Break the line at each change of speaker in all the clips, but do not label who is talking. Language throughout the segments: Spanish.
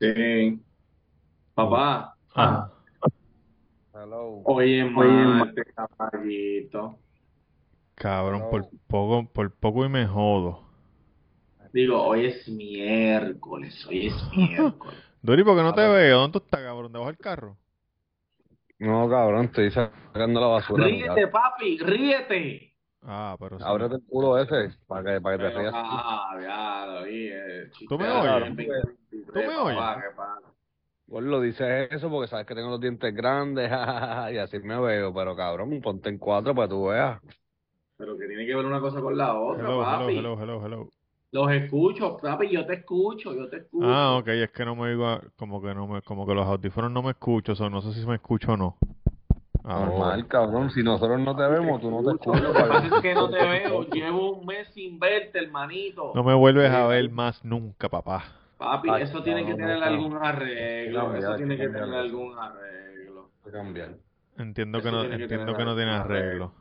Sim. Papá,
Ah,
Hello.
hoy es martes, caballito.
cabrón, por
No.
poco, por poco y me jodo.
Digo, hoy es miércoles, hoy es miércoles.
Dori, ¿por qué no
A
te
ver.
veo? ¿Dónde tú estás, cabrón? ¿Debajo del carro?
No, cabrón, estoy sacando la basura. de mi
Ríete, papi, ríete.
Ah, pero sí.
casa. Ábrete el culo ese para que, para que te
Pero,
rías.
ah, ya, lo vi, eh,
¿Tú me
chiste,
oyes?
¿Tú
me
papá,
oyes?
qué pasa.
Vos lo dices eso porque sabes que tengo los dientes grandes y así me veo, pero cabrón, ponte en cuatro para que tú veas.
Pero que tiene que ver una cosa con la otra,
Hello, hello,
papi.
hello, hello, hello.
Los escucho, papi, yo te escucho, yo te escucho.
Ah, ok, es que no me digo, como que no me, como que los audífonos no me escucho, o sea, no sé si me escucho o no. Ah,
Normal, cabrón, si nosotros no te vemos, tú no te escuchas.
Lo que
cabrón.
pasa es que no te veo, llevo un mes sin verte, hermanito.
no me vuelves a ver más nunca, papá.
Papi,
Ay,
eso tiene que
cabrón,
tener
no,
algún
Hay
arreglo,
que
eso
cambiar,
tiene
hay que
que tener
cambiar eso.
algún arreglo.
Voy a cambiar.
Entiendo que
Eso
no,
tiene que
entiendo
tener
que no tiene
algún
arreglo.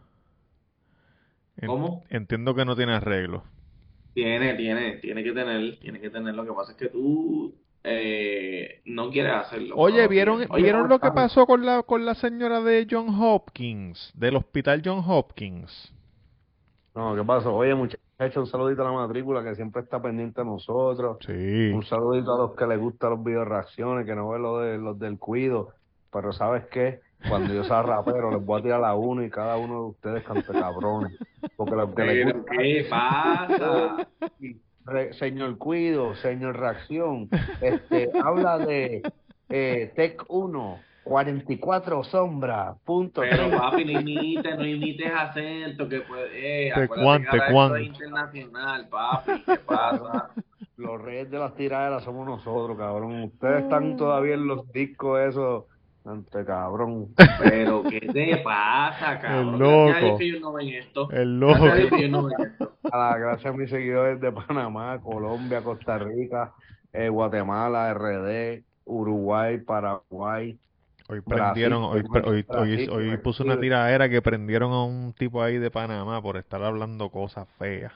En-
¿Cómo?
Entiendo que no tiene arreglo.
Tiene, tiene, tiene que tener, tiene que tener. Lo que pasa es que tú eh, no quieres hacerlo.
Oye,
pero
¿vieron,
tienes- Oye,
¿vieron lo que
cuéntame.
pasó con la, con la señora de John Hopkins, del hospital John Hopkins?
No, ¿qué pasó? Oye, muchachos, un saludito a la matrícula que siempre está pendiente a nosotros.
Sí.
Un saludito a los que les gustan los video reacciones, que no ven los, de, los del cuido. Pero ¿sabes qué? Cuando yo sea rapero, les voy a tirar a uno y cada uno de ustedes cante cabrón. Porque los que les
Pero,
gusta,
¿qué pasa?
re- señor cuido, señor reacción, este, habla de eh, Tech 1, 44 sombras, punto
Pero,
tres.
papi, no imites, no imites acento, que pues, eh,
Te
acuérdate
cuan,
que
te
ahora
cuan.
esto es internacional, papi, ¿qué pasa?
Los reyes de las tiraderas somos nosotros, cabrón. Ustedes están todavía en los discos esos, ante cabrón.
Pero, ¿qué te pasa, cabrón? Gracias a Dios
loco.
que ellos no ven esto.
El
Gracias a Dios
loco.
que ellos no ven esto.
A la gracia a mis seguidores de Panamá, Colombia, Costa Rica, eh, Guatemala, RD, Uruguay, Paraguay.
Hoy prendieron, hoy, pre- hoy, hoy,
Brasil,
hoy
Brasil.
puso una tiradera que prendieron a un tipo ahí de Panamá por estar hablando cosas feas.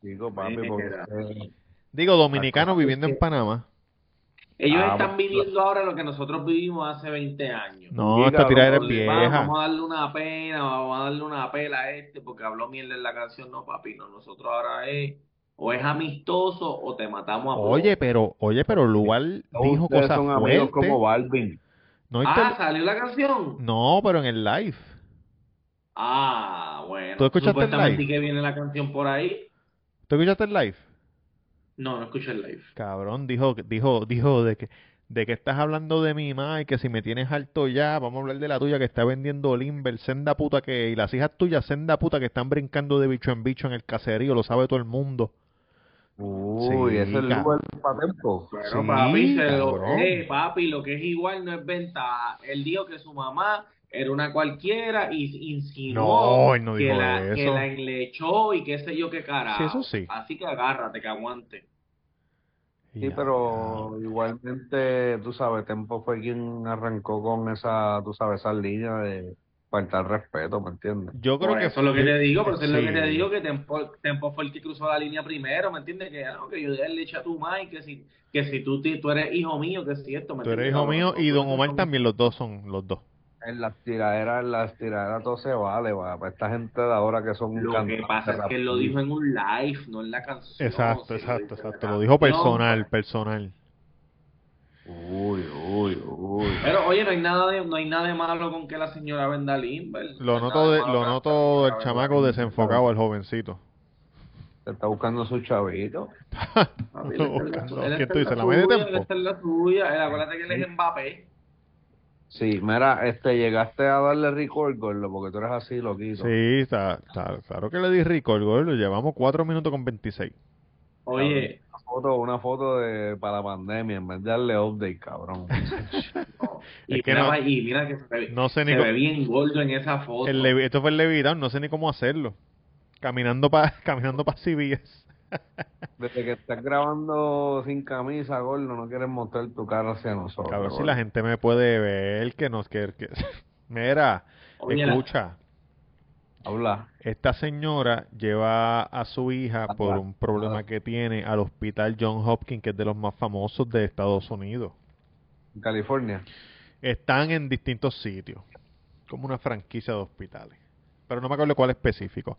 Digo, papi, porque eh,
Digo, dominicano
Exacto.
viviendo en Panamá.
Ellos
Ah,
están
bueno.
viviendo ahora lo que nosotros vivimos hace 20 años.
No,
Sí,
esta
cabrón,
tiradera es
Vamos,
vieja.
Vamos a darle una pena, vamos a darle una pela a este porque habló mierda en la canción. No, papi, no, nosotros ahora es o es amistoso o te matamos a todos.
Oye, pero, oye, pero Lual
todos
dijo
ustedes
cosas
son
fuertes.
amigos como Balvin.
No, y te-
Ah, ¿salió la canción?
no, pero en el live.
Ah, bueno.
¿Tú escuchaste el
Supuestamente
live?
que viene la canción por ahí.
¿Tú escuchaste el live?
No, no escuché el live.
Cabrón, dijo, dijo, dijo de que, de que estás hablando de mi mamá y que si me tienes alto ya, vamos a hablar de la tuya que está vendiendo Limber, senda puta que, y las hijas tuyas, senda puta que están brincando de bicho en bicho en el caserío, lo sabe todo el mundo.
Uy,
Sí,
ese es el
cabrón.
lugar para tempo.
Pero
Sí,
papi, se lo-
cabrón.
eh, papi, lo que es igual no es ventaja. Él dijo que su mamá era una cualquiera y insinuó
No, él no
que,
dijo
la,
eso.
que la enlechó y qué sé yo qué carajo.
Sí, eso sí.
Así que agárrate, que aguante.
Sí, pero igualmente, tú sabes, Tempo fue quien arrancó con esa, tú sabes, esa línea de faltar respeto, ¿me entiendes?
Yo creo
Por
que
eso es lo que te digo, por eso es lo que
sí.
te digo, que Tempo, Tempo fue el que cruzó la línea primero, ¿me entiendes? Que, no, que yo le eché a tu madre, que si, que si tú, ti- tú eres hijo mío, que si esto, ¿me
Tú eres
entiendes?
hijo mío
Cabrón,
y
tú
Don
eres
Omar
hijo mío.
también, los dos son, los dos.
En las tiraderas, en las tiraderas todo se vale, va. Para esta gente de ahora que son
Lo que
cantantes,
pasa es que él lo dijo en un live, no en la canción.
Exacto,
si lo
exacto,
dice en la
exacto. Lo dijo
canción,
personal, personal.
Uy, uy, uy.
Pero oye, no hay nada de, no hay nada de malo con que la señora venda Limber.
Lo
No hay
noto,
nada
de,
de malo
lo
con que
noto
la
el
señora
chamaco
venda
desenfocado, el jovencito.
Se está buscando su chavito.
Limber. Papi, él está en la-
¿Quién
él
tú
está en
dices?
la
¿La media
suya,
Tempo?
él está en la suya. Él, acuérdate que él es Mbappé.
Sí, mira, este, llegaste a darle record, gordo, porque tú eres así, loquito.
Sí, está, está- claro que le di rico el gol, lo llevamos 4 minutos con 26.
Oye,
Una foto, una foto de, para la pandemia, en vez de darle update, cabrón.
no.
Es
y,
que
mira,
no-
y mira que se ve,
No sé ni
se
cómo,
ve bien gordo en esa foto.
el Levi- esto fue el Levitown, no sé ni cómo hacerlo. Caminando para caminando para CBS.
Desde que estás grabando sin camisa, gordo, no quieres mostrar tu cara hacia nosotros.
Cabrón, si
gordo.
la gente me puede ver, que nos que, que- Mira,
Oye, la-
escucha.
Habla.
Esta señora lleva a su hija
Ah,
por un problema que tiene al hospital John Hopkins, que es de los más famosos de Estados Unidos.
En California.
Están en distintos sitios, como una franquicia de hospitales. Pero no me acuerdo cuál específico.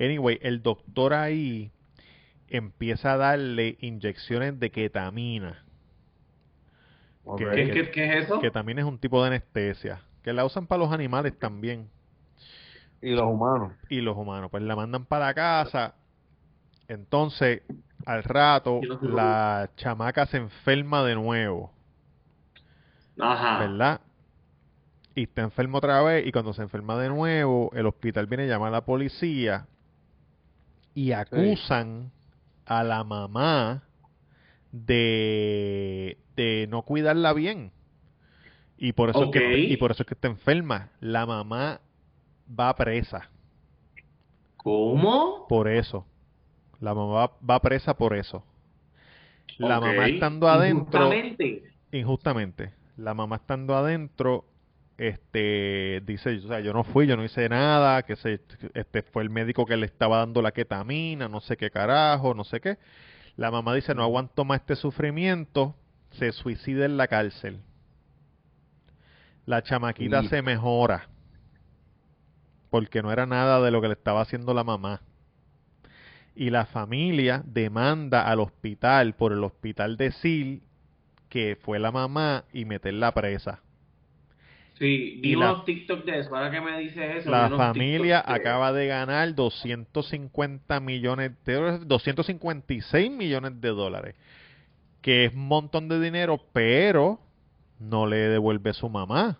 Anyway, el doctor ahí empieza a darle inyecciones de ketamina.
Ok.
¿Qué, qué, qué es eso?
que también es un tipo de anestesia, que la usan para los animales también
Y los humanos.
y los humanos, pues la mandan para la casa. Entonces, al rato,
Yo no sé
la chamaca se enferma de nuevo,
Ajá.
¿verdad? Y está enferma otra vez, y cuando se enferma de nuevo, el hospital viene a llamar a la policía y acusan a la mamá de, de no cuidarla bien. Y por, eso es que,
Ok.
y por eso es que está enferma. La mamá va presa.
¿Cómo?
Por eso. La mamá va presa por eso. La
Ok.
mamá estando adentro,
Injustamente.
injustamente, la mamá estando adentro, este, dice, o sea, yo no fui, yo no hice nada, que se, este, fue el médico que le estaba dando la ketamina, no sé qué carajo, no sé qué. La mamá dice, no aguanto más este sufrimiento, se suicida en la cárcel. La chamaquita
Mira.
se mejora, porque no era nada de lo que le estaba haciendo la mamá y la familia demanda al hospital por el hospital decir que fue la mamá y meterla presa.
Sí, vi
Y la-
unos TikTok de eso. Ahora que me dices eso, vi
La
unos
familia
TikTok de-
acaba de ganar 250 millones de dólares, 256 millones de dólares, que es un montón de dinero, pero no le devuelve su mamá.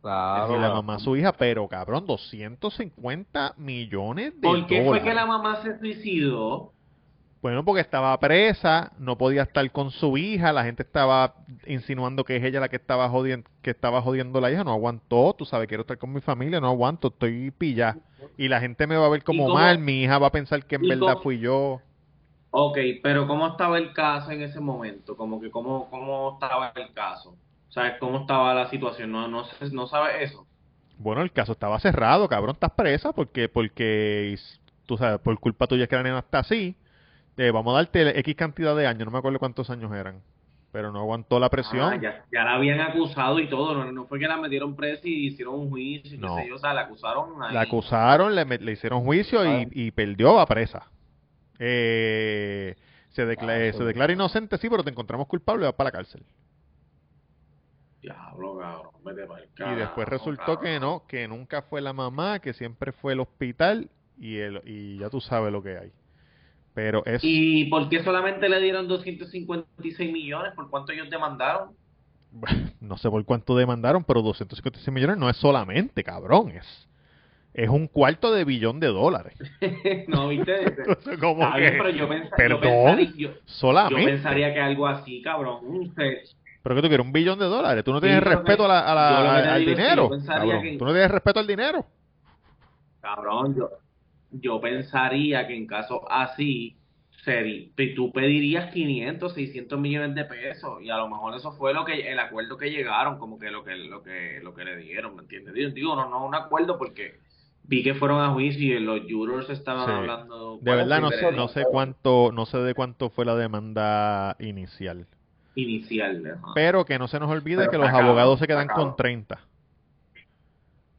Claro.
ni la mamá a su hija, pero cabrón, 250 millones de
¿Por qué fue
dólares.
que la mamá se suicidó?
Bueno, porque estaba presa, no podía estar con su hija, la gente estaba insinuando que es ella la que estaba jodiendo, que estaba jodiendo la hija, no aguantó, tú sabes, quiero estar con mi familia, no aguanto, estoy pillada. Y la gente me va a ver como
cómo-
mal, mi hija va a pensar que en
y
verdad
cómo-
fui yo.
Ok, pero ¿cómo estaba el caso en ese momento? Como que cómo, cómo estaba el caso. ¿Sabes cómo estaba la situación? No, no, sé- no sabes eso.
Bueno, el caso estaba cerrado, cabrón, estás presa porque porque tú sabes, por culpa tuya es que la nena está así. Eh, vamos a darte X cantidad de años, no me acuerdo cuántos años eran, pero no aguantó la presión.
Ah, ya, ya la habían acusado y todo. No, no fue que la metieron presa y hicieron un juicio, y qué
No.
sé yo. O sea, la acusaron ahí.
La acusaron, le, met- le hicieron juicio
Ah.
y, y perdió a presa. Eh, se, decla-
Ah,
eh,
eso
se
es
declara
verdad.
inocente, sí, pero te encontramos culpable, vas para la cárcel.
Diablo, cabrón, vete pa'l
Y después
carajo,
resultó que
cabrón.
no, que nunca fue la mamá, que siempre fue el hospital y, el, y ya tú sabes lo que hay. Pero es,
¿Y por qué solamente le dieron 256 millones? ¿Por cuánto ellos demandaron?
no sé por cuánto demandaron, pero 256 millones no es solamente, cabrón, es, es un cuarto de billón de dólares.
no, ¿viste?
Entonces, como
Está bien,
que,
pero yo, pens- yo
perdón,
pensaría, yo- yo
solamente.
pensaría que algo así, cabrón. un se-
Pero que tú quieres un billón de dólares. Tú no
Sí,
tienes
yo lo que-
respeto a la- a la-
yo lo que te digo es
al
que yo
dinero.
pensaría
cabrón.
que-
Tú no tienes respeto al dinero.
Cabrón, yo, yo pensaría que en casos así, seri- pe- tú pedirías 500, 600 millones de pesos y a lo mejor eso fue lo que el acuerdo que llegaron, como que lo que lo que lo que le dieron, ¿me entiendes? Digo, digo, no, no un acuerdo porque vi que fueron a juicio y los jurors estaban
Sí.
hablando.
De verdad, no sé,
veredicto
no sé cuánto, no sé de cuánto fue la demanda inicial.
Inicial, ajá.
Pero que no se nos olvide
Ah. Pero
que los
está cabrón,
abogados se
está
quedan con
cabrón.
30.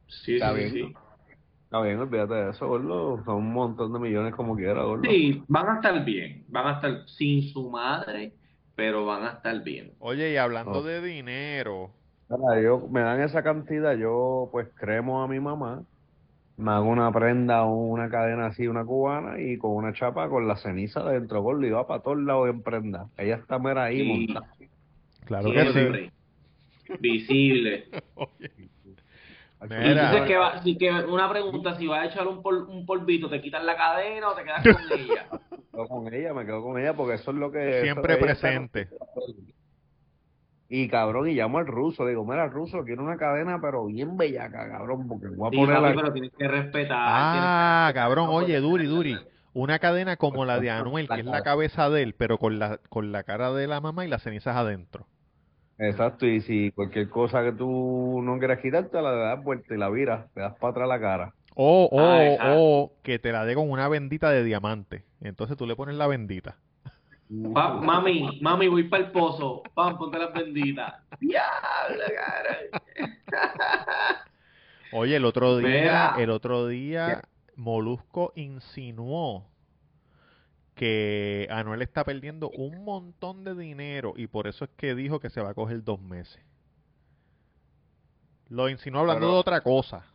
Sí,
Está
sí,
bien.
sí.
Está bien, olvídate de eso, gordo. Son un montón de millones como quiera, gordo.
Sí, van a estar bien, van a estar sin su madre, pero van a estar bien.
Oye, y hablando
Oh.
de dinero,
Mira, yo, me dan esa cantidad, yo pues cremo a mi mamá, me hago una prenda o una cadena así, una cubana, y con una chapa con la ceniza dentro, gordo, y va para todos lados en prenda. Ella está mera ahí
Sí.
montada.
claro que sí.
Siempre. Visible.
Oye,
Y
Mira.
entonces que va, si que una pregunta, si vas a echar un, pol- un polvito, ¿te quitas la cadena o te quedas con ella?
Me quedo con ella, me quedo con ella porque eso es lo que... eso-
siempre
ella está-
presente.
Y cabrón, y llamo al ruso, digo, mira, ruso, quiero una cadena, pero bien bellaca, cabrón, porque voy a
Sí,
poner
papi,
la-
pero tienes que respetar.
Ah, cabrón,
no,
oye,
porque-
Duri, Duri. Una cadena como la de
Pues,
Anuel,
La
que es la
cara.
cabeza de él, pero con la, con la cara de la mamá y las cenizas adentro.
Exacto, y si cualquier cosa que tú no quieras quitarte, la das vuelta y la viras, le das para atrás la cara.
O, o,
Ah, exacto.
o que te la dé con una bendita de diamante. Entonces tú le pones la bendita.
Pa- mami, mami, voy para el pozo. Pam, ponte las benditas. Diablo, cara.
Oye, el otro día,
Mira.
el otro día, Molusco insinuó que Anuel está perdiendo un montón de dinero y por eso es que dijo que se va a coger dos meses. Lo insinuó hablando
Pero-
de otra cosa.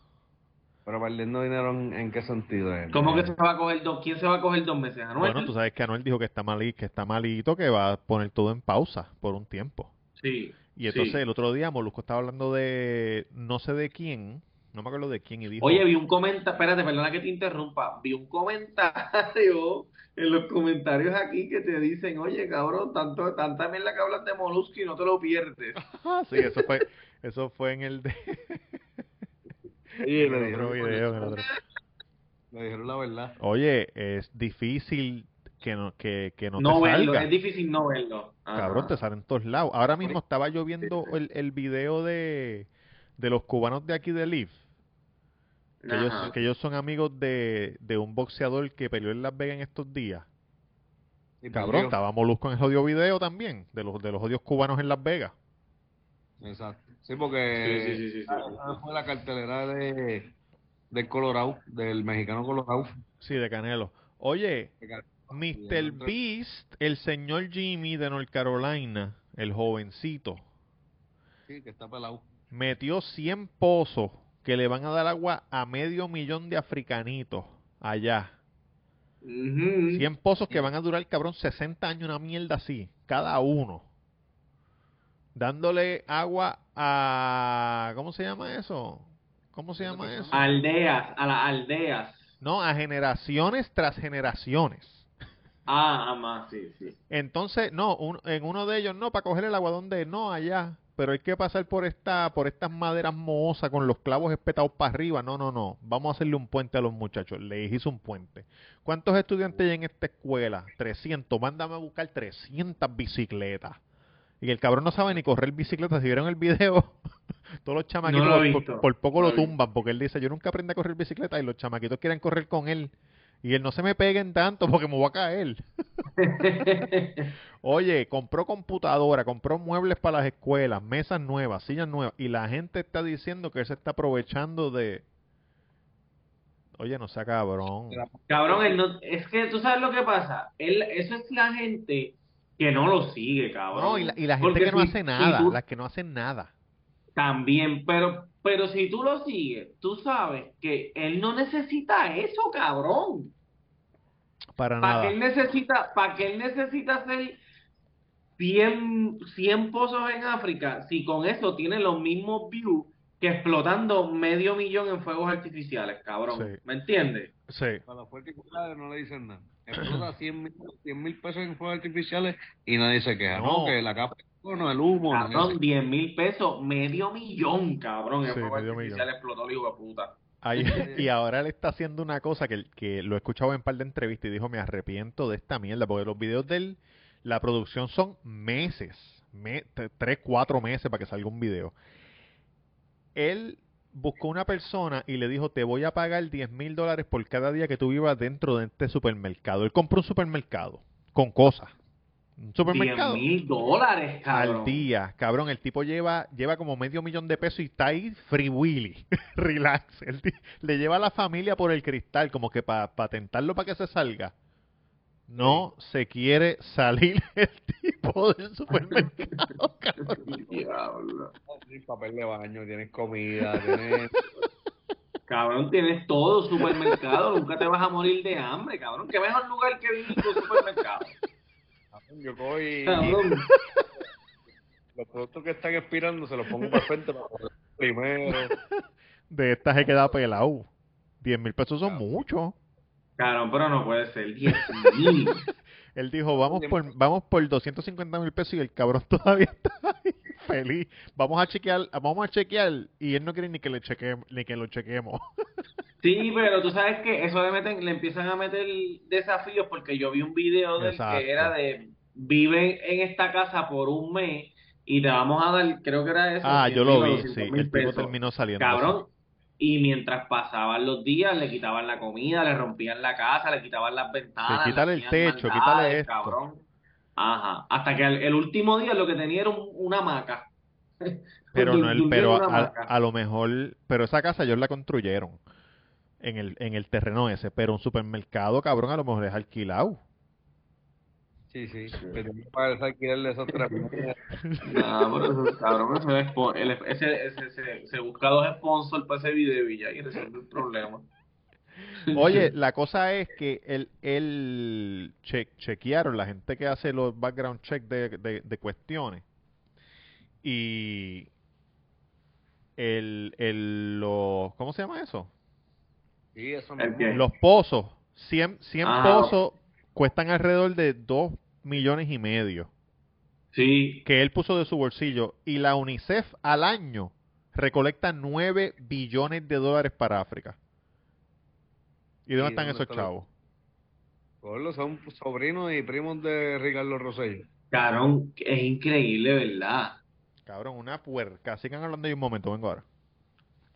Pero perdiendo dinero, ¿en, en qué sentido? eh. es?
¿Cómo que se va a coger dos? ¿Quién se va a coger dos meses? ¿Anuel?
Bueno, tú sabes que Anuel dijo que está mal, que está malito, que va a poner todo en pausa por un tiempo.
Sí.
Y entonces
Sí.
el otro día Molusco estaba hablando de no sé de quién, no me acuerdo de quién y dijo,
Oye, vi un comentario, espérate, perdona que te interrumpa, vi un comentario en los comentarios aquí que te dicen, oye, cabrón, tanto, tanta mierda que hablas de Molusco y no te lo pierdes.
"Ah, sí, eso fue, eso fue en el de
Sí,
en
le
el
dijeron,
otro video, Oh, en el otro-
le dijeron la verdad.
Oye, es difícil que no, que, que no,
No
te
verlo,
salga.
es Ah. difícil no verlo. Ajá.
Cabrón, te salen en todos lados. Ahora mismo estaba yo viendo el, el video de, de los cubanos de aquí de Live, que ellos,
Ajá.
que ellos son amigos de, de un boxeador que peleó en Las Vegas en estos días.
Y
Cabrón,
perdió.
estaba Molusco en el odio video también, de los, de los odios cubanos en Las Vegas.
Exacto. Sí, porque
Sí, sí, sí, sí, sí.
ah, fue la cartelera de del Colorado, del mexicano Colorado.
Sí, de Canelo. Oye, Mr. Beast, el señor Jimmy de North Carolina, el jovencito,
Sí, que está pelado.
metió 100 pozos que le van a dar agua a medio millón de africanitos allá.
Ujú.
100 pozos que van a durar, cabrón, 60 años, una mierda así, cada uno. Dándole agua a... ¿Cómo se llama eso? ¿Cómo se llama eso?
Aldeas, a las aldeas.
No, a generaciones tras generaciones.
Ah, ah, más, sí, sí.
Entonces, no, un- en uno de ellos no, para coger el agua donde no, allá. Pero hay que pasar por esta, por estas maderas mohosas con los clavos espetados para arriba. No, no, no. Vamos a hacerle un puente a los muchachos. Les hizo un puente. ¿Cuántos estudiantes hay en esta escuela? 300. Mándame a buscar 300 bicicletas. Y el cabrón no sabe ni correr bicicleta. Si vieron el video, todos los chamaquitos
No lo he
por-
visto.
por, poco
No
lo
lo he visto.
tumban porque él dice, yo nunca aprendí a correr bicicleta y los chamaquitos quieren correr con él. Y él no se me peguen tanto porque me voy a caer. Oye, compró computadora, compró muebles para las escuelas, mesas nuevas, sillas nuevas, y la gente está diciendo que él se está aprovechando de... Oye, no sea cabrón.
De la-
Cabrón, él no- es que tú sabes lo que pasa. Él, eso es la gente que no lo sigue, cabrón.
No, y la, y la gente
Porque
que no
si-
hace nada,
si tú-
las que no hacen nada.
También, pero, pero si tú lo sigues, tú sabes que él no necesita eso, cabrón.
Para
¿Para
nada.
qué él necesita, para qué él necesita hacer 100, 100 pozos en África si con eso tiene los mismos views que explotando medio millón en fuegos artificiales, cabrón?
Sí.
¿Me entiendes?
Sí.
Para la fuerte y cuidada no le dicen nada. Explota 100 mil, 100 mil pesos en fuegos artificiales y nadie se queja. No,
No.
que la capa de carbono, el humo. no
Cabrón,
sé.
10 mil pesos, medio millón, cabrón. En
Sí,
fuegos
medio
artificiales explotó el hijo de puta.
Ahí- y ahora él está haciendo una cosa que, que lo he escuchado en par de entrevistas y dijo, me arrepiento de esta mierda, porque los videos de él, la producción son meses, me- t- tres, cuatro meses para que salga un video. Él buscó una persona y le dijo, te voy a pagar 10 mil dólares por cada día que tú vivas dentro de este supermercado. Él compró un supermercado con cosas. Un
10
supermercado
mil dólares, cabrón.
al día, cabrón. El tipo lleva lleva como medio millón de pesos y está ahí free willy, relax. El ti- le lleva a la familia por el cristal, como que para tentarlo para que se salga. No se quiere salir el tipo del supermercado, cabrón.
Diablo.
Tienes papel de baño, tienes comida, tienes...
Cabrón, tienes todo, supermercado, nunca te vas a morir de hambre, cabrón. Qué mejor lugar que vivir que un supermercado.
Yo cojo y
Cabrón.
los productos que están expirando se los pongo para frente para comer primero.
De esta se queda pelado. 10 mil pesos son muchos.
Cabrón, pero no puede ser 10 mil.
Él dijo, vamos por, vamos por 250 mil pesos y el cabrón todavía está ahí feliz. Vamos a chequear, vamos a chequear y él no quiere ni que le chequeemos, ni que lo chequeemos.
Sí, pero tú sabes que eso le meten, le empiezan a meter desafíos porque yo vi un video del
Exacto.
que era de vive en esta casa por un mes y te vamos a dar, creo que era eso,
Ah,
100
yo
mil
lo
o
vi,
200
sí.
mil
El tipo
pesos.
terminó saliendo.
Cabrón, Y mientras pasaban los días, le quitaban la comida, le rompían la casa, le quitaban las ventanas.
Sí, quítale
le
el
hacían
techo,
maldades,
quítale esto.
Cabrón. Ajá. Hasta que el, el último día lo que tenía era un- una hamaca.
Pero,
Dur-
no el-
durmió en
pero
una
a,
hamaca.
a lo mejor, pero esa casa ellos la construyeron en el, en el terreno ese, pero un supermercado, cabrón, a lo mejor es alquilado.
Sí, sí. Pues, Pero me parece alquilarle esos tres meses.
No, pero eso, cabrón, eso es spo- el- ese- ese- se- se busca dos sponsors para ese video y ya y resuelve el problema.
Oye, la cosa es que el, el che- chequearon la gente que hace los background check de, de- de cuestiones y el, el los ¿cómo se llama eso?
Sí, eso
¿El
mismo.
qué?
Los pozos, 100, 100
Ah.
pozos cuestan alrededor de 2 millones y medio
Sí,
que él puso de su bolsillo y la UNICEF al año recolecta 9 billones de dólares para África. ¿Y dónde
¿Y
están
dónde
esos
están los-
chavos?
Gordo, son sobrinos y primos de Ricardo Rosello.
cabrón, es increíble, ¿verdad?
Cabrón, una puerca. Sigan hablando ahí un momento, vengo ahora.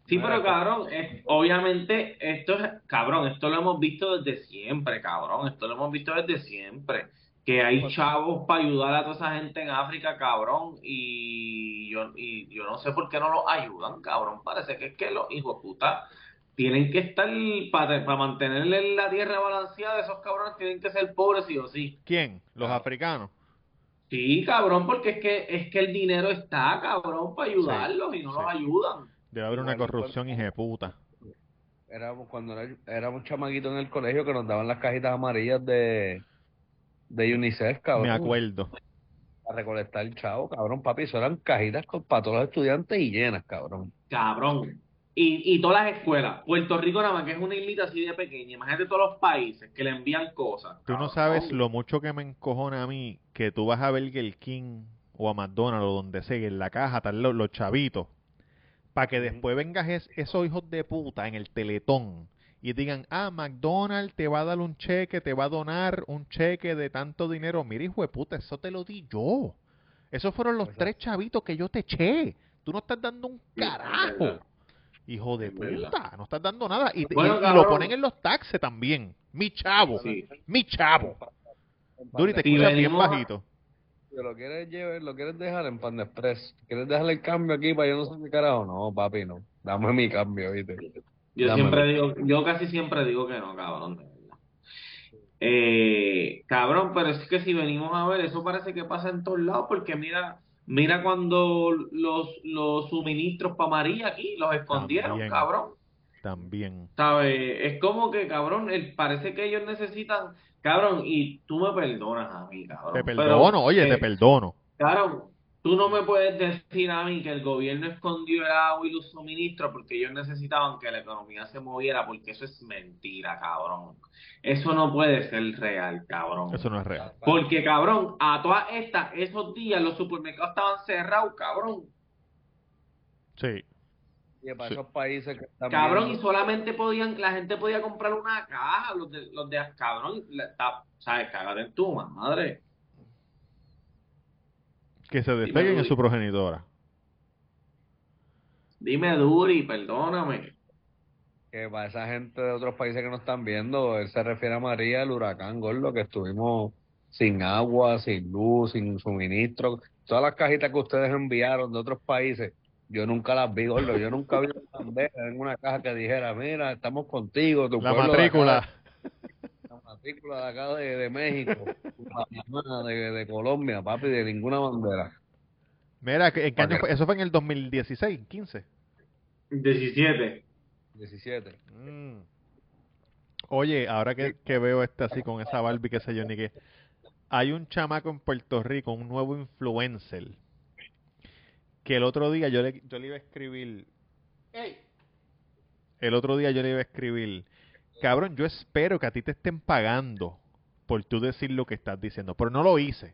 Sí,
Mira,
pero
pues.
cabrón, es- obviamente esto es, cabrón, esto lo hemos visto desde siempre, cabrón, esto lo hemos visto desde siempre, que hay chavos para ayudar a toda esa gente en África, cabrón, y yo, y yo no sé por qué no los ayudan, cabrón, parece que es que los hijos de puta tienen que estar, para, para mantenerle la tierra balanceada, esos cabrones tienen que ser pobres, sí o sí.
¿Quién? Los
Ah.
africanos.
Sí, cabrón, porque es que, es que el dinero está, cabrón, para ayudarlos y no
sí.
los ayudan.
Debe haber una
Igual,
corrupción
igual.
puta.
Éramos cuando era- éramos chamaquitos en el colegio que nos daban las cajitas amarillas de, de UNICEF, cabrón.
Me acuerdo.
Para recolectar el chavo, cabrón, papi. Eso eran cajitas con, para todos los estudiantes y llenas, cabrón.
Cabrón. Y, y todas las escuelas. Puerto Rico nada más que es una islita así de pequeña. Imagínate todos los países que le envían cosas.
Tú no
cabrón.
sabes lo mucho que me encojona a mí que tú vas a Burger King o a McDonald's o donde sea, y en la caja están los, los chavitos, para que después vengas es- esos hijos de puta en el teletón y digan, ah, McDonald's te va a dar un cheque, te va a donar un cheque de tanto dinero. Mira, hijo de puta, eso te lo di yo. Esos fueron los
Exacto.
tres chavitos que yo te eché. Tú no estás dando un
es
carajo.
verdad.
Hijo de
Es verdad.
puta, no estás dando nada. Y, te-
Bueno,
y- y lo
cabrón.
ponen en los taxes también. Mi chavo,
Sí.
mi chavo. Duri, te
Si
escuchas bien
venimos a-
bajito.
Si lo quieres llevar, lo quieres dejar en Pan de Express. ¿Quieres dejarle el cambio aquí para yo no sé qué carajo? No, papi, no. Dame mi cambio, ¿viste?
Yo
Dame.
siempre digo, yo casi siempre digo que no, cabrón, de verdad. Eh, cabrón, pero es que si venimos a ver, eso parece que pasa en todos lados, porque mira, mira cuando los, los suministros para María aquí los escondieron,
También.
cabrón.
También.
¿Sabe? Es como que, cabrón, el- parece que ellos necesitan, cabrón, y tú me perdonas a mí, cabrón.
Te
pero,
perdono, oye,
eh,
te perdono.
Claro, tú no me puedes decir a mí que el gobierno escondió el agua y los suministros porque ellos necesitaban que la economía se moviera, porque eso es mentira, cabrón. Eso no puede ser real, cabrón.
Eso no es real.
Porque, cabrón, a todas estas, esos días los supermercados estaban cerrados, cabrón.
Sí.
Y para
Sí.
esos países que están
Cabrón, y
viendo-
solamente podían, la gente podía comprar una caja, los de, los de cabrón, la- ta- ¿sabes? Cagate en tu madre.
Que se despeguen en
Duri.
su progenitora.
Dime, Duri, perdóname.
que para esa gente de otros países que nos están viendo, él se refiere a María, el huracán gordo, que estuvimos sin agua, sin luz, sin suministro. Todas las cajitas que ustedes enviaron de otros países, yo nunca las vi, gordo. Yo nunca vi una bandera en una caja que dijera, mira, estamos contigo, tu
La
pueblo de acá,
matrícula.
la matrícula de acá de, de México, tu Panamá, de, de Colombia, papi, de ninguna bandera.
Mira, que- ¿en qué año
Para
fue? eso fue en el 2016, 15.
17.
17.
Mm. Oye, ahora que, que veo este así con esa Barbie, que sé yo, ni qué. Hay un chamaco en Puerto Rico, un nuevo influencer, que el otro día yo le, yo le iba a escribir. El otro día yo le iba a escribir. Cabrón, yo espero que a ti te estén pagando por tú decir lo que estás diciendo, pero no lo hice.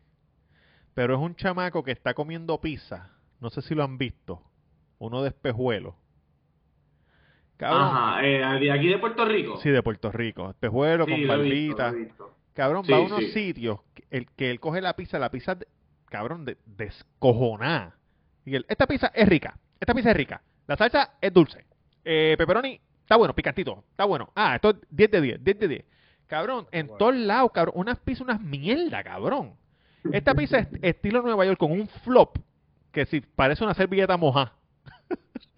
Pero es un chamaco que está comiendo pizza. No sé si lo han visto. Uno de espejuelo. Cabrón,
Ajá, eh, de aquí de Puerto Rico.
Sí, de Puerto Rico. Espejuelo
Sí,
con
lo he visto,
barbita.
lo he visto.
Cabrón,
Sí,
va a unos
sí.
sitios que el, que él coge la pizza, la pizza, de- cabrón, de, descojonada. Y él, esta pizza es rica, esta pizza es rica, la salsa es dulce. Eh, pepperoni, está bueno, picantito, está bueno. Ah, esto es 10 de 10, 10 de 10. Cabrón, en
Bueno.
todos lados, cabrón, unas pizzas, unas mierda, cabrón. Esta pizza es estilo Nueva York con un flop que si parece una servilleta mojada.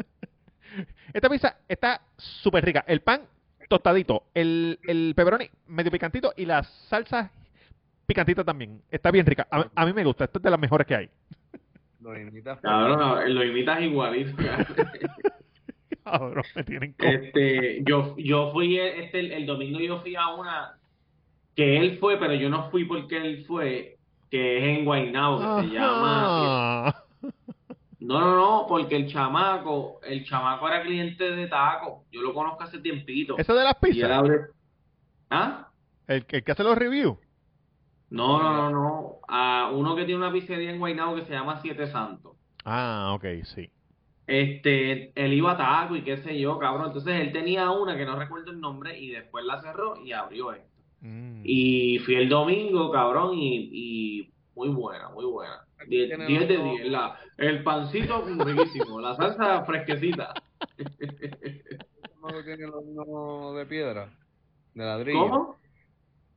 Esta pizza está súper rica. El pan tostadito, el, el pepperoni medio picantito y la salsa picantita también. Está bien rica. A, a mí me gusta. Esta es de las mejores que hay.
Lo imitas.
Cabrón, lo imitas igualito.
Cabrón, me tienen co-
Este, yo, yo fui el- este, el, el domingo yo fui a una que él fue, pero yo no fui porque él fue, que es en Guaynabo, que se llama.
Ajá.
No, no, no, porque el chamaco, el chamaco era cliente de Taco. Yo lo conozco hace tiempito.
Esa de las
Y él
pizzas.
abre. ¿Ah?
El, el que hace los reviews.
No, no, no, no. A uno que tiene una pizzería en Guaynabo que se llama Siete Santos.
Ah, ok, sí.
Este, él iba a taco y qué sé yo, cabrón. Entonces él tenía una que no recuerdo el nombre y después la cerró y abrió esta.
Mm.
Y fui el domingo, cabrón, y, y muy buena, muy buena.
Aquí
Die-
tiene
10 de
otro.
10. La, el pancito riquísimo, la salsa fresquecita.
¿Cómo que tiene el horno de piedra? De ladrillo.
¿Cómo?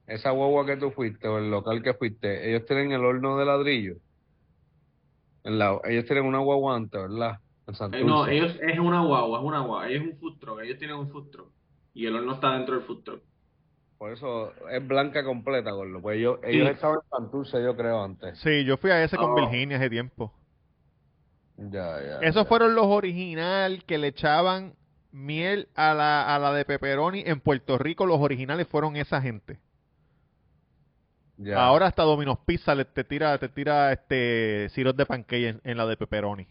Esa guagua que tú fuiste o el local que fuiste, ellos tienen el horno de ladrillo. En la- ellos tienen una guagua antes, ¿verdad? En
Eh, no,
Santurce.
ellos es una guagua, es una guagua, ellos es un food truck, ellos tienen un food truck. Y el horno está dentro del food truck.
Por eso es blanca completa, gordo. Pues ellos, ellos
Sí.
estaban en Santurce, yo creo, antes.
Sí, yo fui a ese con
Oh.
Virginia hace tiempo.
Ya, ya.
Esos
ya.
fueron los original que le echaban miel a la, a la de pepperoni en Puerto Rico. Los originales fueron esa gente.
Ya.
Ahora hasta Domino's Pizza le, te tira, te tira este sirope de pancake en, en la de pepperoni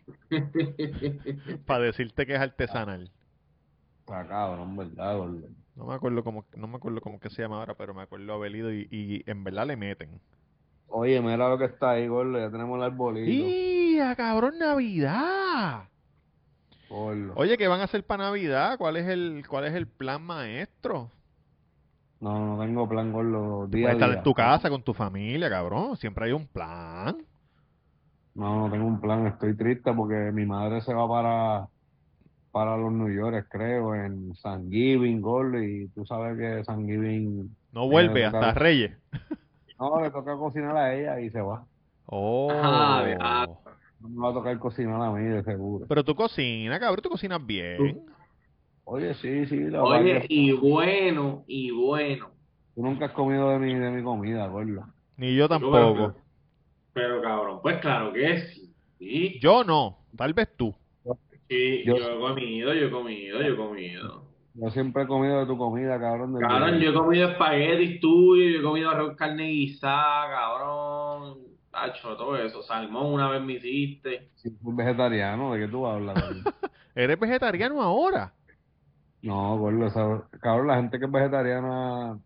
para decirte que es artesanal.
Está cabrón, ¿verdad, gordo?
No me acuerdo cómo, no me acuerdo cómo que se llama ahora, pero me acuerdo haber ido y, y en verdad le meten.
Oye, mira lo que está ahí, gordo. Ya tenemos el arbolito.
¡Y a cabrón Navidad!
Gordo.
Oye, ¿qué van a hacer para Navidad? ¿Cuál es el, cuál es el plan maestro?
No, no tengo plan, gordo. Día a
Puedes estar
día.
en tu casa con tu familia, cabrón. Siempre hay un plan.
No, no tengo un plan, estoy triste porque mi madre se va para, para los New York, creo, en San Giving, Gordo, y tú sabes que San Giving,
No vuelve
Eh,
hasta
claro.
Reyes.
no, le toca cocinar a ella y se va.
Oh.
Ah, de- ah.
No me va a tocar cocinar a mí, de seguro.
Pero tú cocinas, cabrón, tú cocinas bien.
Oye, sí, sí, la verdad
Oye,
que
y bueno, y bueno.
tú nunca has comido de mi, de mi comida, Gordo.
Ni yo tampoco.
Pero cabrón, pues claro que sí. Sí.
Yo no, tal vez tú.
Sí,
Yo-
yo he comido, yo he comido, yo he comido.
Yo siempre he comido de tu comida, cabrón, de
Cabrón, yo he comido espaguetis tuyos, yo he comido arroz carne guisada, cabrón. Tacho, todo eso. Salmón una vez me hiciste.
Si soy vegetariano, ¿de qué tú hablas, gordo?
Eres vegetariano ahora.
No, Gordo, esa- cabrón, la gente que es vegetariana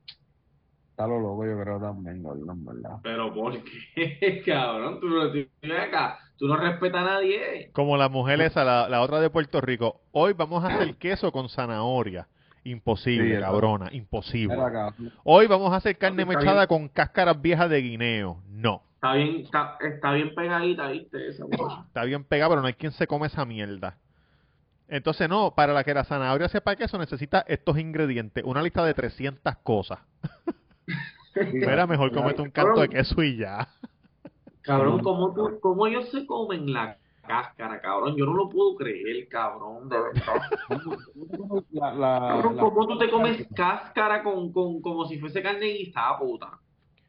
está lo loco, yo creo también, Gordo, en verdad.
Pero ¿por qué, cabrón? Tú no, tú- ven acá, tú no respetas a nadie.
Como la mujer esa, la, la otra de Puerto Rico. Hoy vamos a hacer queso con zanahoria. Imposible,
Sí,
cabrona, imposible.
Mira, cabrón.
Hoy vamos a hacer carne
Está bien.
mechada con cáscaras viejas de guineo. No.
Está bien, está, está bien pegadita, ¿viste? Esa cosa.
está bien pegado, pero no hay quien se come esa mierda. Entonces, no, para la que la zanahoria sepa queso necesita estos ingredientes, una lista de 300 cosas. Era mejor comete un canto de queso y ya.
Cabrón, ¿cómo, tú, ¿cómo ellos se comen la cáscara, cabrón? Yo no lo puedo creer, cabrón, de verdad.
La, la-
Cabrón,
Ah, la-
¿cómo tú te comes cáscara con, con, como si fuese carne guisada, puta?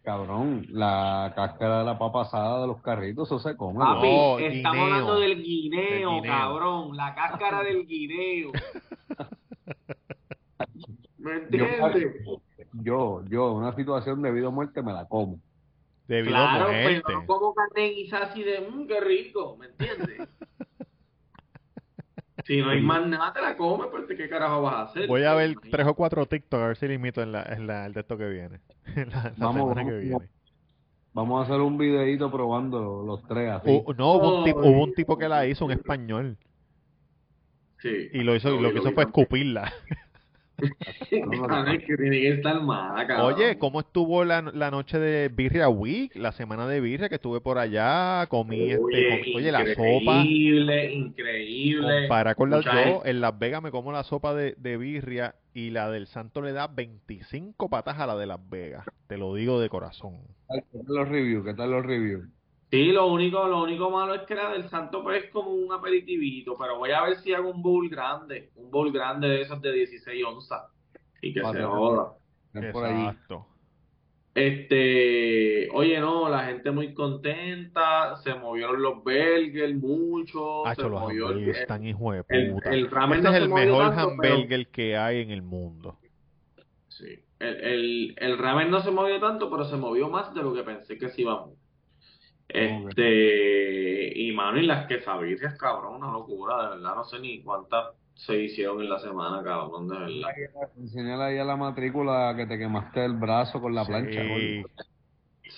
cabrón, la cáscara de la papa asada de los carritos, eso se come.
Papi,
¿no?
No,
estamos
guineo.
hablando del
Del
guineo,
guineo.
cabrón. La cáscara del guineo. ¿Me
Yo,
entiendes?
yo, yo, una situación de vida o muerte me la como.
Debido a
Claro,
muerte.
pero no como carne guisada así de, mmm, qué rico, ¿me entiendes? Si no hay más nada, te la comes, pues ¿qué carajo vas a hacer?
Voy a ver
Imagínate.
tres o cuatro TikTok a ver si limito en la, en la- el de esto que viene. En la, la
Vamos,
semana
vamos,
que viene.
vamos. Vamos a hacer un videito probando los tres así.
O- no, hubo un, tipo, hubo un
Ay.
tipo que la hizo, un español,
Sí.
y lo hizo, y
Lo
lo
vi, lo
que hizo
vi
fue
también.
escupirla.
Cabrón, es que tiene que estar mala, cabrón.
Oye, ¿cómo estuvo la, la noche de Birria Week? La semana de Birria que estuve por allá, comí este,
Oye,
com- oye, la sopa.
increíble, increíble.
Compara con las
Mucha gente-
yo, en Las Vegas me como la sopa de, de birria y la del Santo le da 25 patas a la de Las Vegas. Te lo digo de corazón.
¿Qué tal los reviews? ¿Qué tal los reviews?
Sí, lo único, lo único malo es que la del Santo pues es como un aperitivito, pero voy a ver si hago un bowl grande, un bowl grande de esos de 16 onzas y que se
Vale.
joda.
Están por allí.
Exacto.
Este, oye, no, la gente muy contenta, se movieron los burgers mucho, se
Hacho, los
movió el,
hamburgueses están hijo de
el-
puta.
el ramen
Ese
no
es
se
el
movió
mejor
tanto, pero-
hamburger que hay en el mundo.
sí, el, el, el ramen no se movió tanto, pero se movió más de lo que pensé que se iba a mover. Este, y mano, y las quesabirrias, cabrón, una locura, de verdad, no sé ni cuántas se hicieron en la semana, cabrón, de verdad.
Enseñale ahí a la matrícula que te quemaste el brazo con la plancha.
Sí.
gordo.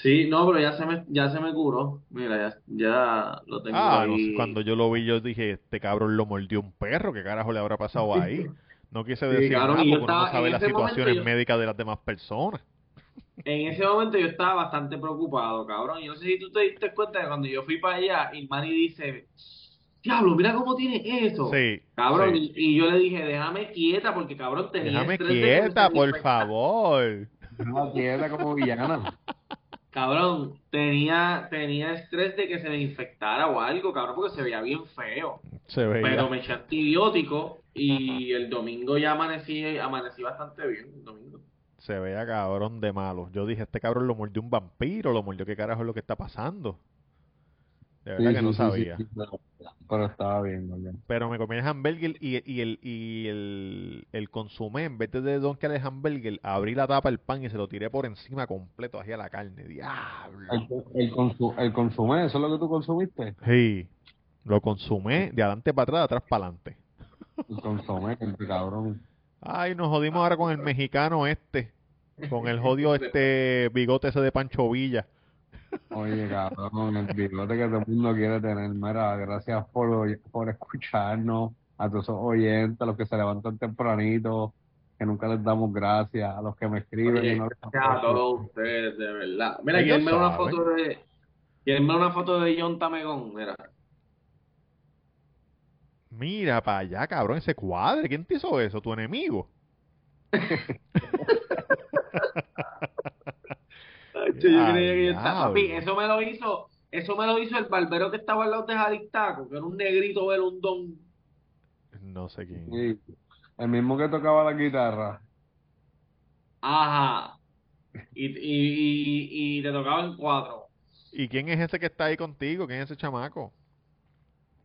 Sí, no, pero ya se me, ya se me curó. Mira, ya, ya lo tengo
Ah, no sé,
ahí.
cuando yo lo vi, yo dije, este cabrón lo mordió un perro, ¿qué carajo le habrá pasado ahí? No quise
Sí,
decir
cabrón,
nada
y yo
porque uno no
estaba- en
sabe las
ese momento
situaciones
yo-
médicas de las demás personas.
En ese momento yo estaba bastante preocupado, cabrón. Yo no sé si tú te diste cuenta que cuando yo fui para allá, Ilmani dice, diablo, mira cómo tiene eso.
Sí,
Cabrón,
sí.
y, y yo le dije, déjame quieta, porque cabrón tenía
Déjame
estrés de que me
quieta, por
infectara.
favor.
Una tierra como villana.
Cabrón, tenía, tenía estrés de que se me infectara o algo, cabrón, porque se veía bien feo.
Se
Pero
veía.
me eché antibiótico y el domingo ya amanecí, amanecí bastante bien el domingo.
Se veía cabrón de malo. Yo dije, este cabrón lo mordió un vampiro, lo mordió, ¿qué carajo es lo que está pasando? De verdad
Sí,
que
sí,
no
sí,
sabía.
sí, pero, pero estaba bien, gordo.
Pero me comí el hamburger y, y el, y el, el consumé, en vez de de Don Quijote el hamburger, abrí la tapa del pan y se lo tiré por encima completo, hacia la carne. ¡Diablo!
El, el, consu- el consumé, ¿eso es lo que tú consumiste?
Sí, lo consumé de adelante para atrás, de atrás para adelante.
El consumé, el cabrón.
Ay, nos jodimos ahora con el mexicano este, con el jodido este bigote ese de Pancho Villa.
Oye, cabrón, el bigote que todo el mundo quiere tener. Mira, gracias por, oy- por escucharnos, a todos esos oyentes, a los que se levantan tempranito, que nunca les damos gracias, a los que me escriben y
Oye,
no les
gracias a todos ustedes, de verdad. Mira,
Ellos
quieren ver una
saben.
foto de, quieren ver una foto de John Tamegón, mira.
Mira para allá, cabrón, ese cuadre. ¿Quién te hizo eso? ¿Tu enemigo?
Ay, yo creía
Ay,
que yo estaba- papi,
diablo.
eso me lo hizo, eso me lo hizo el barbero que estaba al lado de Jalistaco, que era un negrito velundón.
No sé quién.
Sí, el mismo que tocaba la guitarra.
Ajá. Y, y, y, y te tocaban cuatro.
¿Y quién es ese que está ahí contigo? ¿Quién es ese chamaco?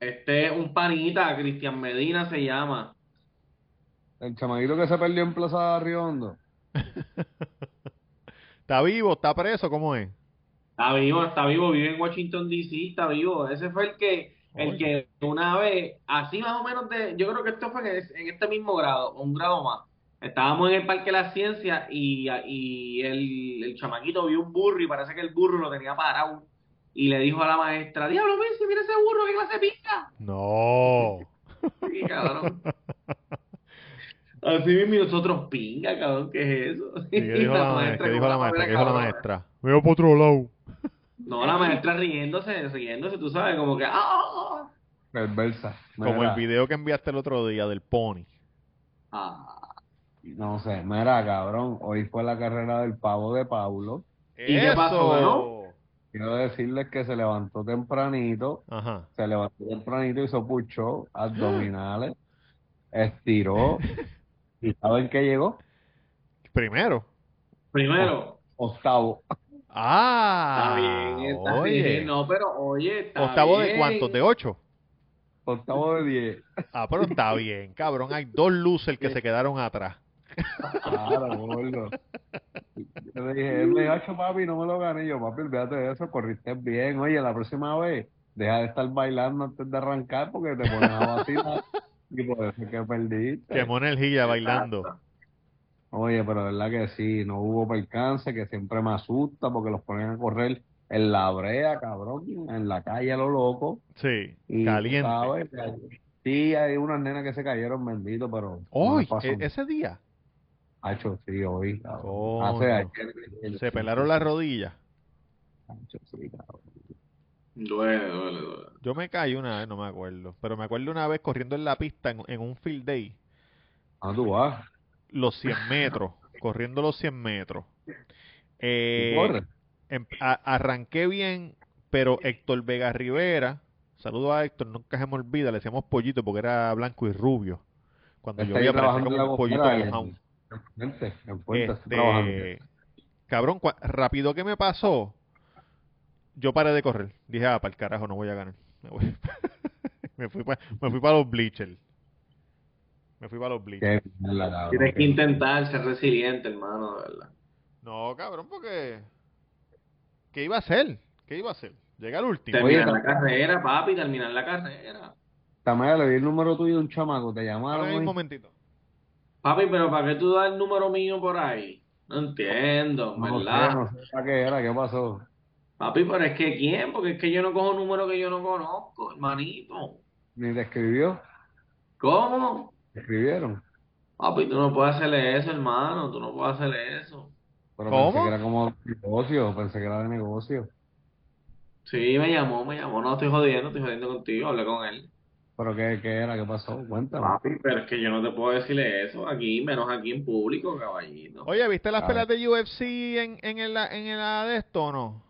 Este es un panita, Cristian Medina se llama.
El chamaguito que se perdió en Plaza Riondo.
¿Está vivo? ¿Está preso? ¿Cómo es?
Está vivo, está vivo, vive en Washington DC, está vivo. Ese fue el que, el que una vez, así más o menos de, yo creo que esto fue en, es- en este mismo grado, o un grado más. Estábamos en el Parque de la Ciencia y, y el, el chamaquito vio un burro y parece que el burro lo tenía parado. Y le dijo a la maestra, diablo, Messi, mira ese burro, qué clase de pinta.
No.
Sí, cabrón. Así mismo y nosotros, pinga, cabrón, ¿qué es eso?
¿Y qué dijo la maestra? ¿Qué dijo la
como, "Mira,
maestra? ¿Qué dijo la
cabrón".
maestra? Veo por otro lado.
No, la maestra riéndose, riéndose, tú sabes, como que, ah, ah, ah".
Perversa.
Como el
Mira,
video que enviaste el otro día del pony.
Ah.
No sé, mira, cabrón, hoy fue la carrera del pavo de Paulo.
¿Y qué pasó,
¡Eso!
Quiero decirles que se levantó tempranito.
Ajá.
se levantó tempranito, hizo push-up, abdominales, estiró. ¿Y saben qué llegó?
Primero.
Primero,
Octavo.
Ah,
está bien, está
oye.
bien, no, pero oye, está
¿Octavo de
bien.
cuántos? ¿De ocho?
Octavo de diez.
Ah, pero está bien, cabrón. Hay dos luces que se quedaron atrás.
Claro, gordo. Yo le dije, él me dijo, "Acho, papi, no me lo gané. Y Yo, papi, olvídate de eso, corriste bien. Oye, la próxima vez, deja de estar bailando antes de arrancar porque te pones a vacilar. Y por eso es que perdiste.
Quemó energía bailando.
Exacto.
Oye, pero verdad que sí, no hubo percance, que siempre me asusta porque los ponen a correr en la brea, cabrón, en la calle a lo loco.
Sí,
Y,
caliente.
¿sabes? Sí, hay unas nenas que se cayeron, bendito, pero no
Hoy,
les pasó
e- ese día.
Hacho, sí, hoy. cabrón.
Coño.
Hace ayer.
Oh, Se pelaron las rodillas.
Hacho, sí, cabrón.
Duele, duele, duele.
Yo me caí una vez, no me acuerdo. Pero me acuerdo una vez corriendo en la pista en, en un field day,
Ah, tú vas.
los 100 metros, corriendo los 100 metros. Eh,
Y corre.
em- a- arranqué bien, pero Héctor Vega Rivera, saludo a Héctor, nunca se me olvida, le decíamos pollito porque era blanco y rubio. Cuando yo
Está
vi
ahí
aparecer
trabajando en
como
la
un pollito
gofera. En,
mojado.
en Puente, en Puente, está
Este,
trabajando.
cabrón, cua- rápido que me pasó, yo paré de correr. Dije, ah, para el carajo, no voy a ganar. Me, voy. me fui para los bleachers. Me fui para los bleachers.
Qué mierda,
Ah,
cabrón,
Tienes que
qué-
intentar ser resiliente, hermano, de verdad.
No, cabrón, porque... ¿Qué iba a hacer? ¿Qué iba a hacer? Llega el último.
Te- Oye,
Terminar la
también-
carrera, papi, terminar la carrera.
Tamara, le di el número tuyo a un chamaco, te
Ahora
llamaron.
hay un
hoy.
momentito.
Papi, pero ¿para qué tú das el número mío por ahí? No entiendo,
No sé,
¿verdad?
no sé para qué era, qué pasó.
Papi, pero es que ¿quién? Porque es que yo no cojo número que yo no conozco, hermanito.
Ni te escribió,
¿Cómo?
te escribieron.
Papi, tú no puedes hacerle eso, hermano. Tú no puedes hacerle eso.
Pero
¿Cómo?
pensé que era como de negocio, pensé que era de negocio.
Sí, me llamó, me llamó. No, estoy jodiendo, estoy jodiendo contigo. Hablé con él.
Pero qué, qué era, qué pasó, cuéntame.
Papi, pero es que yo no te puedo decirle eso aquí, menos aquí en público, caballito.
Oye, ¿viste las
A
pelas de UFC en, en, el, en el de esto o no?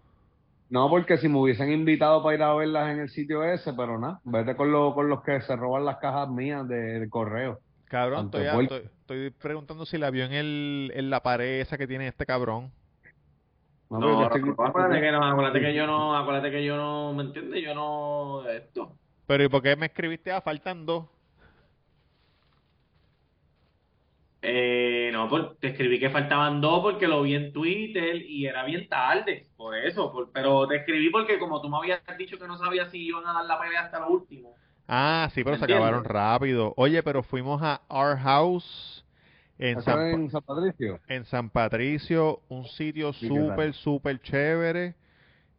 No, porque si me hubiesen invitado para ir a verlas en el sitio ese, pero nada, vete con, lo- con los que se roban las cajas mías de- del correo.
Cabrón,
Ante
estoy,
Bol-
estoy, estoy preguntando si la vio en, el, en la pared esa que tiene este cabrón.
No,
No,
pero que
no,
estoy-
no, acuérdate que no, acuérdate que yo no, acuérdate que yo no, ¿me entiendes? Yo no, esto.
Pero ¿y por qué me escribiste? Ah, faltan dos.
Eh, no, por- te escribí que faltaban dos porque lo vi en Twitter y era bien tarde, por eso, por- pero te escribí porque como tú me habías dicho que no sabías si iban a dar la pelea hasta lo último.
Ah, sí, pero se
Entiendo.
acabaron rápido. Oye, pero fuimos a Our House en
¿Eso
San,
era en San Patricio?
Pa- en San Patricio, un sitio
Sí, qué tal.
súper, súper chévere.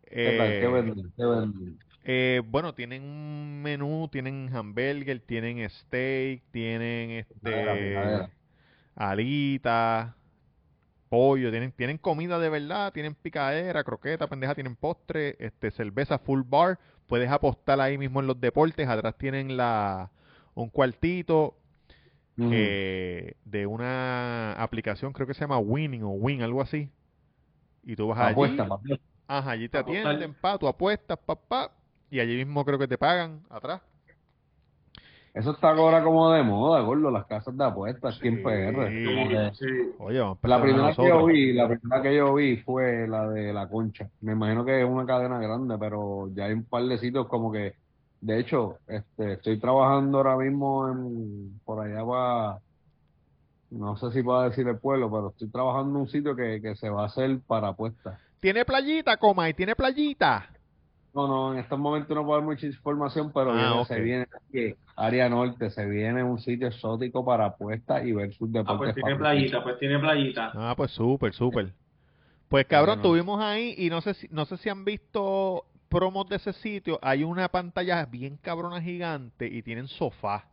¿Qué tal? ¿Qué
Eh,
venden? ¿Qué venden?
Eh, bueno, tienen un menú, tienen hamburger, tienen steak, tienen
Ah, Picadera,
este
picadera.
alitas, pollo, tienen, tienen comida de verdad, tienen picadera, croqueta, pendeja, tienen postre, este, cerveza full bar, puedes apostar ahí mismo en los deportes, atrás tienen la un cuartito
Ujú.
eh, de una aplicación, creo que se llama Winning o Win, algo así. Y tú vas allí,
Apuesta, papá.
Ajá, allí te
Apostar.
atienden, pa, tú apuestas, pa, pa, y allí mismo creo que te pagan atrás.
Eso está ahora como de moda, gordo, las casas de apuestas aquí en
Sí.
PR. Como que-
Sí.
Oye, vamos a
La
empezar una
primera que yo
nosotros.
vi, la primera que yo vi fue la de La Concha. Me imagino que es una cadena grande, pero ya hay un par de sitios como que, de hecho, este, estoy trabajando ahora mismo en, por allá va, no sé si va a decir el pueblo, pero estoy trabajando en un sitio que, que se va a hacer para apuestas.
Tiene playita, coma, y tiene playita.
No, no, en estos momentos no puedo dar mucha información, pero
Ah,
viene-
ok.
se viene aquí, área norte, se viene un sitio exótico para apuestas y versus
Ah, pues
deportes
tiene
patrocinados.
playita, pues tiene playita.
Ah, pues súper, súper. Pues cabrón,
Bueno.
tuvimos ahí y no sé si, no sé si han visto promos de ese sitio. Hay una pantalla bien cabrona gigante y tienen sofá.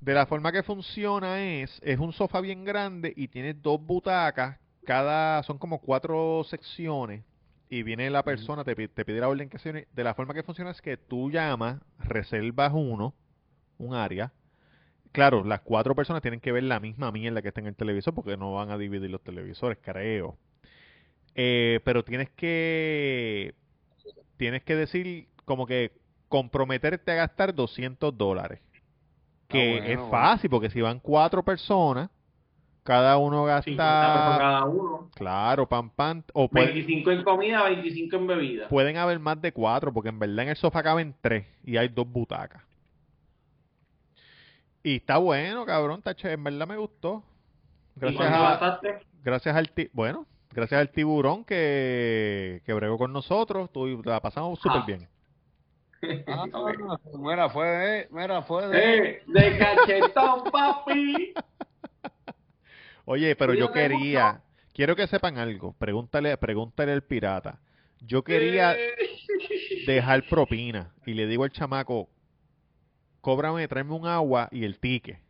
De la forma que funciona es, es un sofá bien grande y tiene dos butacas, cada, son como cuatro secciones y viene la persona, te, pi- te pide la orden que se... De la forma que funciona es que tú llamas, reservas uno, un área. Claro, las cuatro personas tienen que ver la misma mierda que está en el televisor porque no van a dividir los televisores, creo. Eh, pero tienes que... Tienes que decir como que comprometerte a gastar 200 dólares. Que
Ah, bueno,
es
bueno.
fácil porque si van cuatro personas, cada uno
50 pesos
gasta...
cada uno.
Claro, pan, pan. O puede-
25 en comida, 25 en bebida.
Pueden haber más de cuatro, porque en verdad en el sofá caben tres y hay dos butacas. Y está bueno, cabrón, está chévere, En verdad me gustó.
¿Y
Pues, Gracias,
cuánto
a,
gastaste?
gracias al ti- bueno, gracias al tiburón que, que bregó con nosotros, tú, la pasamos súper
Ah.
bien.
Ah,
pues, Ok.
mira, fue de, mira, fue de.
¡Eh! ¡De cachetón, papi!
Oye, pero yo
Cuídate mucho.
quería, quiero que sepan algo, pregúntale, pregúntale al pirata. Yo quería dejar propina y le digo al chamaco, cóbrame, tráeme un agua y el ticket.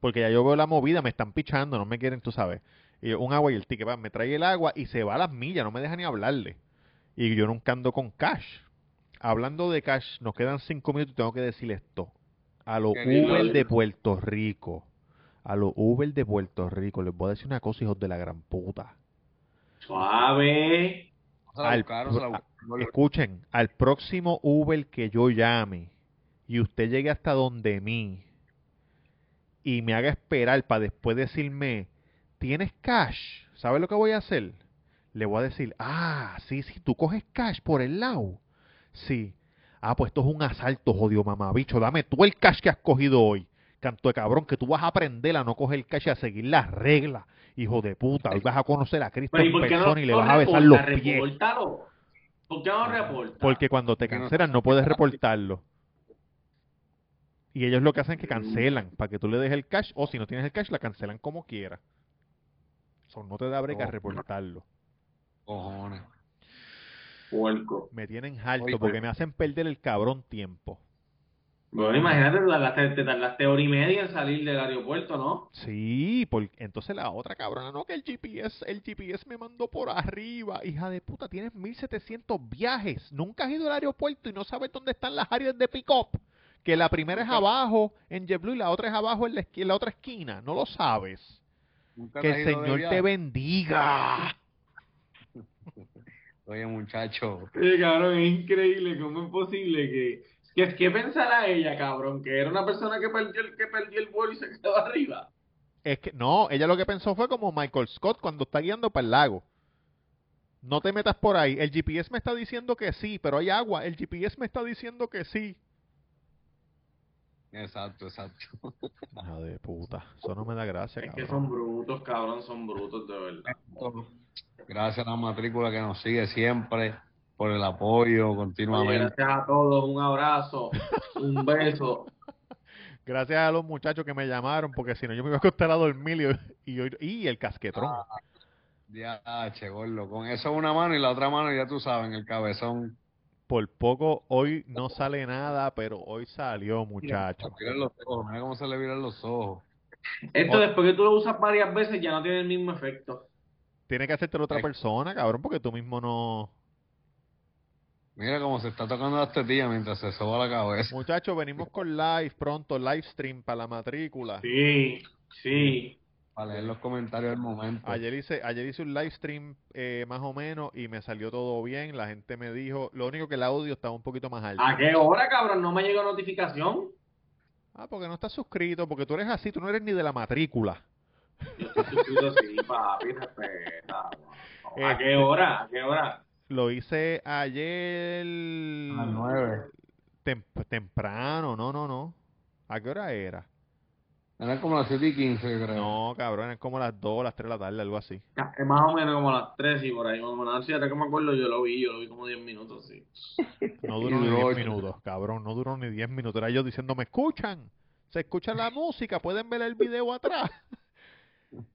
Porque ya yo veo la movida, me están pichando, no me quieren, tú sabes. Y yo, un agua y el ticket, va, me trae el agua y se va a las millas, no me deja ni hablarle. Y yo nunca ando con cash. Hablando de cash, nos quedan cinco minutos y tengo que decir esto. A los
Que ni lo
Uber de
digas.
Puerto Rico, a los Uber de Puerto Rico, les voy a decir una cosa, hijos de la gran puta.
Suave.
Se la
Al-
buscaron, se la buscaron.
Escuchen, al próximo Uber que yo llame y usted llegue hasta donde mí y me haga esperar para después decirme, ¿tienes cash? ¿Sabes lo que voy a hacer? Le voy a decir, ah, sí, sí, tú coges cash por el lado. Sí. Ah, pues esto es un asalto, jodido mamabicho. Dame tú el cash que has cogido hoy. Canto de cabrón, que tú vas a aprender a no coger el cash y a seguir las reglas, hijo de puta. Hoy vas a conocer a Cristo
Pero ¿y
en
por qué no
persona y le
lo
vas a besar los
reporta?
pies.
Repórtalo. ¿Por qué no reporta?
Porque cuando te
Porque no
cancelan no puedes reportarlo. Y ellos lo que hacen es que
Mm.
cancelan para que tú le des el cash o si no tienes el cash la cancelan como quiera. Eso no te da breca
Oh.
reportarlo.
Cojones.
Puerco.
Me tienen harto
Oye,
porque
pero-
me hacen perder el cabrón tiempo.
Bueno, imagínate, te tardaste, te tardaste hora y media en salir del aeropuerto, ¿no?
Sí, porque entonces la otra cabrona, no, que el GPS, el GPS me mandó por arriba. Hija de puta, tienes 1700 viajes. Nunca has ido al aeropuerto y no sabes dónde están las áreas de pick-up. Que la primera es abajo en JetBlue y la otra es abajo en la, esqui- en la otra esquina. No lo sabes.
Nunca
Que
has
el
ido de
Señor
viaje.
te bendiga.
Oye, muchacho.
Sí, Eh, cabrón, es increíble cómo es posible que... que ¿Qué pensará ella, cabrón? Que era una persona que perdió el, que perdió el vuelo y se quedó arriba.
Es que no, ella lo que pensó fue como Michael Scott cuando está guiando para el lago. No te metas por ahí. El GPS me está diciendo que sí, pero hay agua. El GPS me está diciendo que sí.
Exacto, exacto.
Hija de puta. Eso no me da gracia,
Es que
cabrón.
son brutos, cabrón, son brutos, de verdad.
Gracias a la matrícula que nos sigue siempre, por el apoyo
Oye,
continuamente.
gracias a todos, un abrazo, un beso.
Gracias a los muchachos que me llamaron, porque si no yo me iba a acostar a dormir y, y, yo- y el casquetrón.
Ah.
Diache, gordo. Con eso en una mano y la otra mano, ya tú sabes, en el cabezón.
Por poco hoy no sale nada, pero hoy salió, muchacho.
Miren los ojos, mira cómo se le viran los ojos.
Esto
Oh.
después que tú lo usas varias veces ya no tiene el mismo efecto.
Tiene que hacértelo otra
Ay.
persona, cabrón, porque tú mismo no...
Mira cómo se está tocando las tetillas mientras se soba la cabeza.
Muchachos, venimos con live pronto, live stream para la matrícula.
Sí, sí.
Para leer los comentarios del momento.
Ayer hice, ayer hice un live stream eh, más o menos y me salió todo bien. La gente me dijo, lo único que el audio estaba un poquito más alto.
¿A Ah, qué hora, cabrón? No me llegó notificación.
Ah, porque no estás suscrito, porque tú eres así, tú no eres ni de la matrícula.
Yo estoy suscrito, sí, papi, respeta. No, ¿A qué hora? ¿A qué hora?
Lo hice
A
ayer
las nueve.
tem- temprano, no, no, no. ¿A qué hora era?
Eran como las 7 y 15, creo.
No, cabrón, es como las 2, las 3 de la tarde, algo así.
Ya, Es más o menos como a las 3 y por ahí. Como a las 7 que me acuerdo, yo lo vi, yo lo vi como 10 minutos, sí.
No
Y
duró ni
duró
10
ocho.
minutos, cabrón, no duró ni 10 minutos. Era yo diciendo, ¿me escuchan? ¿Se escucha la música? ¿Pueden ver el video atrás?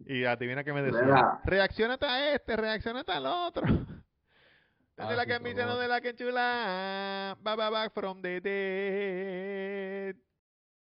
Y adivina que me decía,
Mira.
reaccionate a este, reaccionate al otro. Desde
Ah,
la
sí,
camisa,
cabrón.
no de la que chula. Ba, ba, back from the dead.